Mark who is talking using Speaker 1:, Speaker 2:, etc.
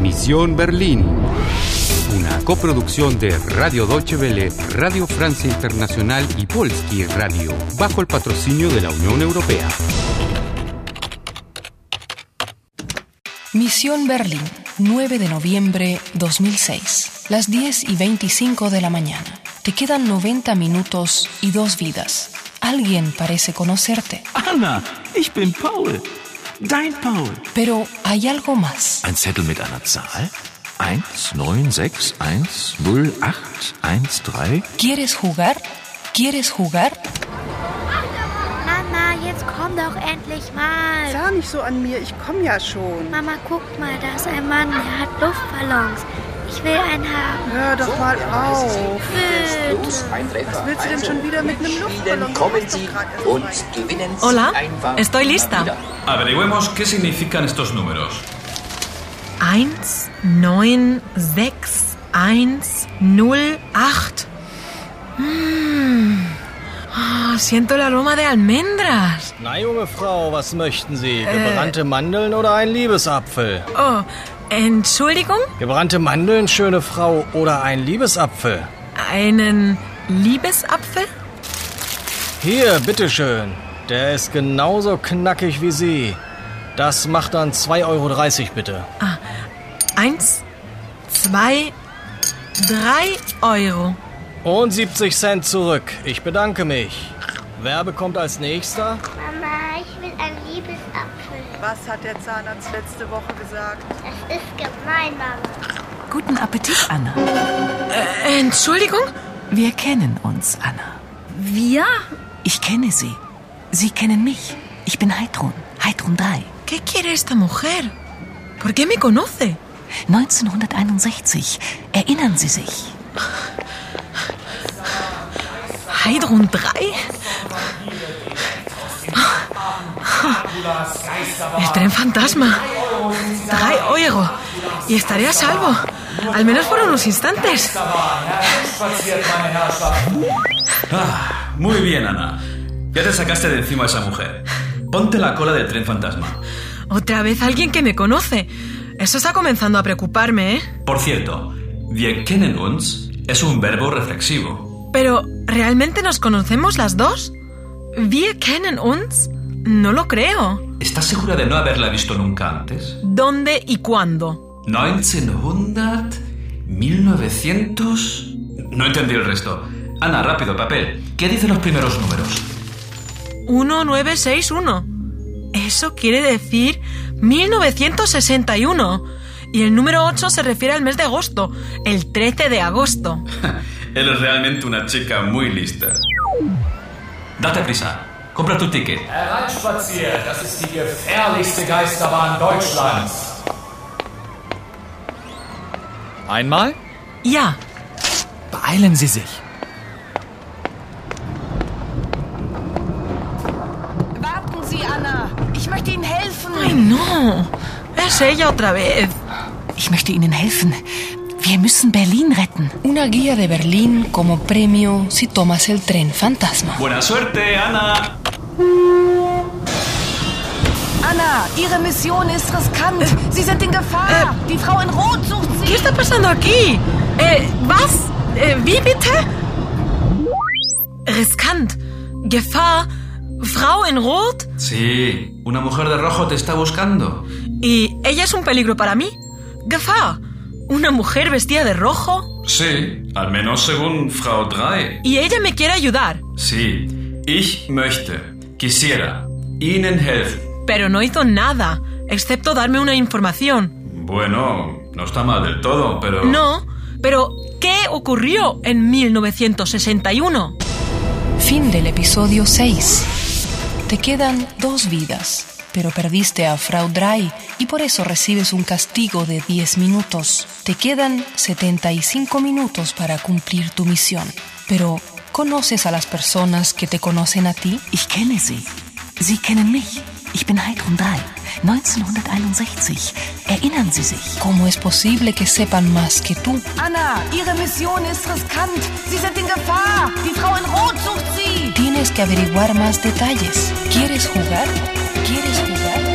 Speaker 1: Misión Berlín. Una coproducción de Radio Deutsche Welle, Radio Francia Internacional y Polski Radio, bajo el patrocinio de la Unión Europea.
Speaker 2: Misión Berlín, 9 de noviembre 2006, las 10 y 25 de la mañana. Te quedan 90 minutos y dos vidas. Alguien parece conocerte,
Speaker 3: Anna, ich bin Paul. Dein Paul.
Speaker 2: pero hay algo más.
Speaker 3: Ein Zettel mit einer Zahl? 1, 9, 6, 1, 0, 8, 1, 3.
Speaker 2: ¿Quieres jugar? ¿Quieres jugar?
Speaker 4: Mama, jetzt komm doch endlich mal.
Speaker 5: Sah nicht so an mir, ich komme ja schon.
Speaker 4: Mama, guck mal, da ist ein Mann, der hat Luftballons. Ich will einen haben.
Speaker 5: Hör doch mal auf.
Speaker 4: Bitte.
Speaker 6: Ein Treffer.
Speaker 5: Was willst du denn
Speaker 6: Also,
Speaker 5: schon wieder mit einem Luftballon? Du
Speaker 6: Kommen
Speaker 5: hast doch
Speaker 6: Sie
Speaker 5: gerade erst
Speaker 6: und
Speaker 5: rein.
Speaker 6: gewinnen Sie
Speaker 7: Hola,
Speaker 6: einfach
Speaker 7: estoy
Speaker 6: immer
Speaker 7: lista.
Speaker 6: wieder.
Speaker 8: Averigüemos qué significan estos números.
Speaker 7: 1, 9, 6, 1, 0, 8. Mm. Ah, siento el aroma de almendras.
Speaker 9: Na, junge Frau, was möchten Sie? Gebrannte Mandeln oder ein Liebesapfel?
Speaker 7: Äh. Oh, Entschuldigung,
Speaker 9: Gebrannte Mandeln, schöne Frau, oder ein Liebesapfel?
Speaker 7: einen Liebesapfel?
Speaker 9: Hier, bitteschön. Der ist genauso knackig wie Sie. Das macht dann 2,30 Euro bitte.
Speaker 7: 1, 2, 3 Euro.
Speaker 9: Und 70 Cent zurück. Ich bedanke mich. Wer bekommt als nächster?
Speaker 4: Mama, ich will einen Liebesapfel.
Speaker 5: Was hat der Zahnarzt letzte Woche gesagt?
Speaker 4: Das ist gemein, Mama.
Speaker 10: Guten Appetit, Anna.
Speaker 7: Eh, Entschuldigung?
Speaker 10: Wir kennen uns, Anna.
Speaker 7: ¿Via?
Speaker 10: Ich kenne Sie. Sie kennen mich. Ich bin Heidrun. Heidrun 3.
Speaker 7: ¿Qué quiere esta mujer? ¿Por qué me conoce?
Speaker 10: 1961. Erinnern Sie sich?
Speaker 7: Heidrun 3? Ah. El tren fantasma. 3 euro. Y estaré a salvo. Al menos por unos instantes.
Speaker 8: Ah, Muy bien, Ana. Ya te sacaste de encima a esa mujer. Ponte la cola del tren fantasma.
Speaker 7: Otra vez alguien que me conoce. Eso está comenzando a preocuparme, ¿eh?
Speaker 8: Por cierto, wir kennen uns es un verbo reflexivo.
Speaker 7: Pero, ¿realmente nos conocemos las dos? ¿Wir kennen uns? No lo creo.
Speaker 8: ¿Estás segura de no haberla visto nunca antes?
Speaker 7: ¿Dónde y cuándo?
Speaker 8: 1900, 1900. No entendí el resto. Ana, rápido, papel. ¿Qué dicen los primeros números?
Speaker 7: 1961. Eso quiere decir 1961. Y el número 8 se refiere al mes de agosto, el 13 de agosto.
Speaker 8: Eres realmente una chica muy lista. Date prisa. Compra tu ticket.
Speaker 11: Hereinspaziert, das ist die gefährlichste Geisterbahn Deutschlands.
Speaker 3: Einmal?
Speaker 7: Ya.
Speaker 3: Beeilen Sie sich.
Speaker 10: Warten Sie, Anna. Ich möchte Ihnen helfen.
Speaker 7: ¡Ay, no! Es ella otra vez.
Speaker 10: Ich möchte Ihnen helfen. Wir müssen Berlin retten.
Speaker 2: Una guía de Berlín como premio si tomas el tren fantasma.
Speaker 8: Buena suerte, Ana.
Speaker 10: Anna, Ihre Mission ist riskant. Sie sind in Gefahr. Die Frau in Rot sucht Sie.
Speaker 7: ¿Qué está pasando aquí? Eh, ¿Was? Eh, ¿Wie bitte? Riskant. Gefahr. Frau in Rot.
Speaker 8: Sí, una mujer de rojo te está buscando.
Speaker 7: Y ella es un peligro para mí. Gefahr. Una mujer vestida de rojo.
Speaker 8: Sí, al menos según Frau Drei.
Speaker 7: Y ella me quiere ayudar.
Speaker 8: Sí, ich möchte, quisiera, Ihnen helfen.
Speaker 7: Pero no hizo nada, excepto darme una información.
Speaker 8: Bueno, no está mal del todo, pero...
Speaker 7: No, pero ¿qué ocurrió en 1961?
Speaker 2: Fin del episodio 6. Te quedan dos vidas, pero perdiste a Frau Drey y por eso recibes un castigo de 10 minutos. Te quedan 75 minutos para cumplir tu misión. Pero, ¿conoces a las personas que te conocen a ti?
Speaker 10: Ich kenne Sie. Sie kennen mich. Ich bin Heidrun 3. 1961. Erinnern Sie sich?
Speaker 2: ¿Cómo es posible que sepan más que tú?
Speaker 10: Anna, Ihre Mission ist riskant. Sie sind in Gefahr. Die Frau in Rot sucht Sie.
Speaker 2: Tienes que averiguar más detalles. ¿Quieres jugar? ¿Quieres jugar?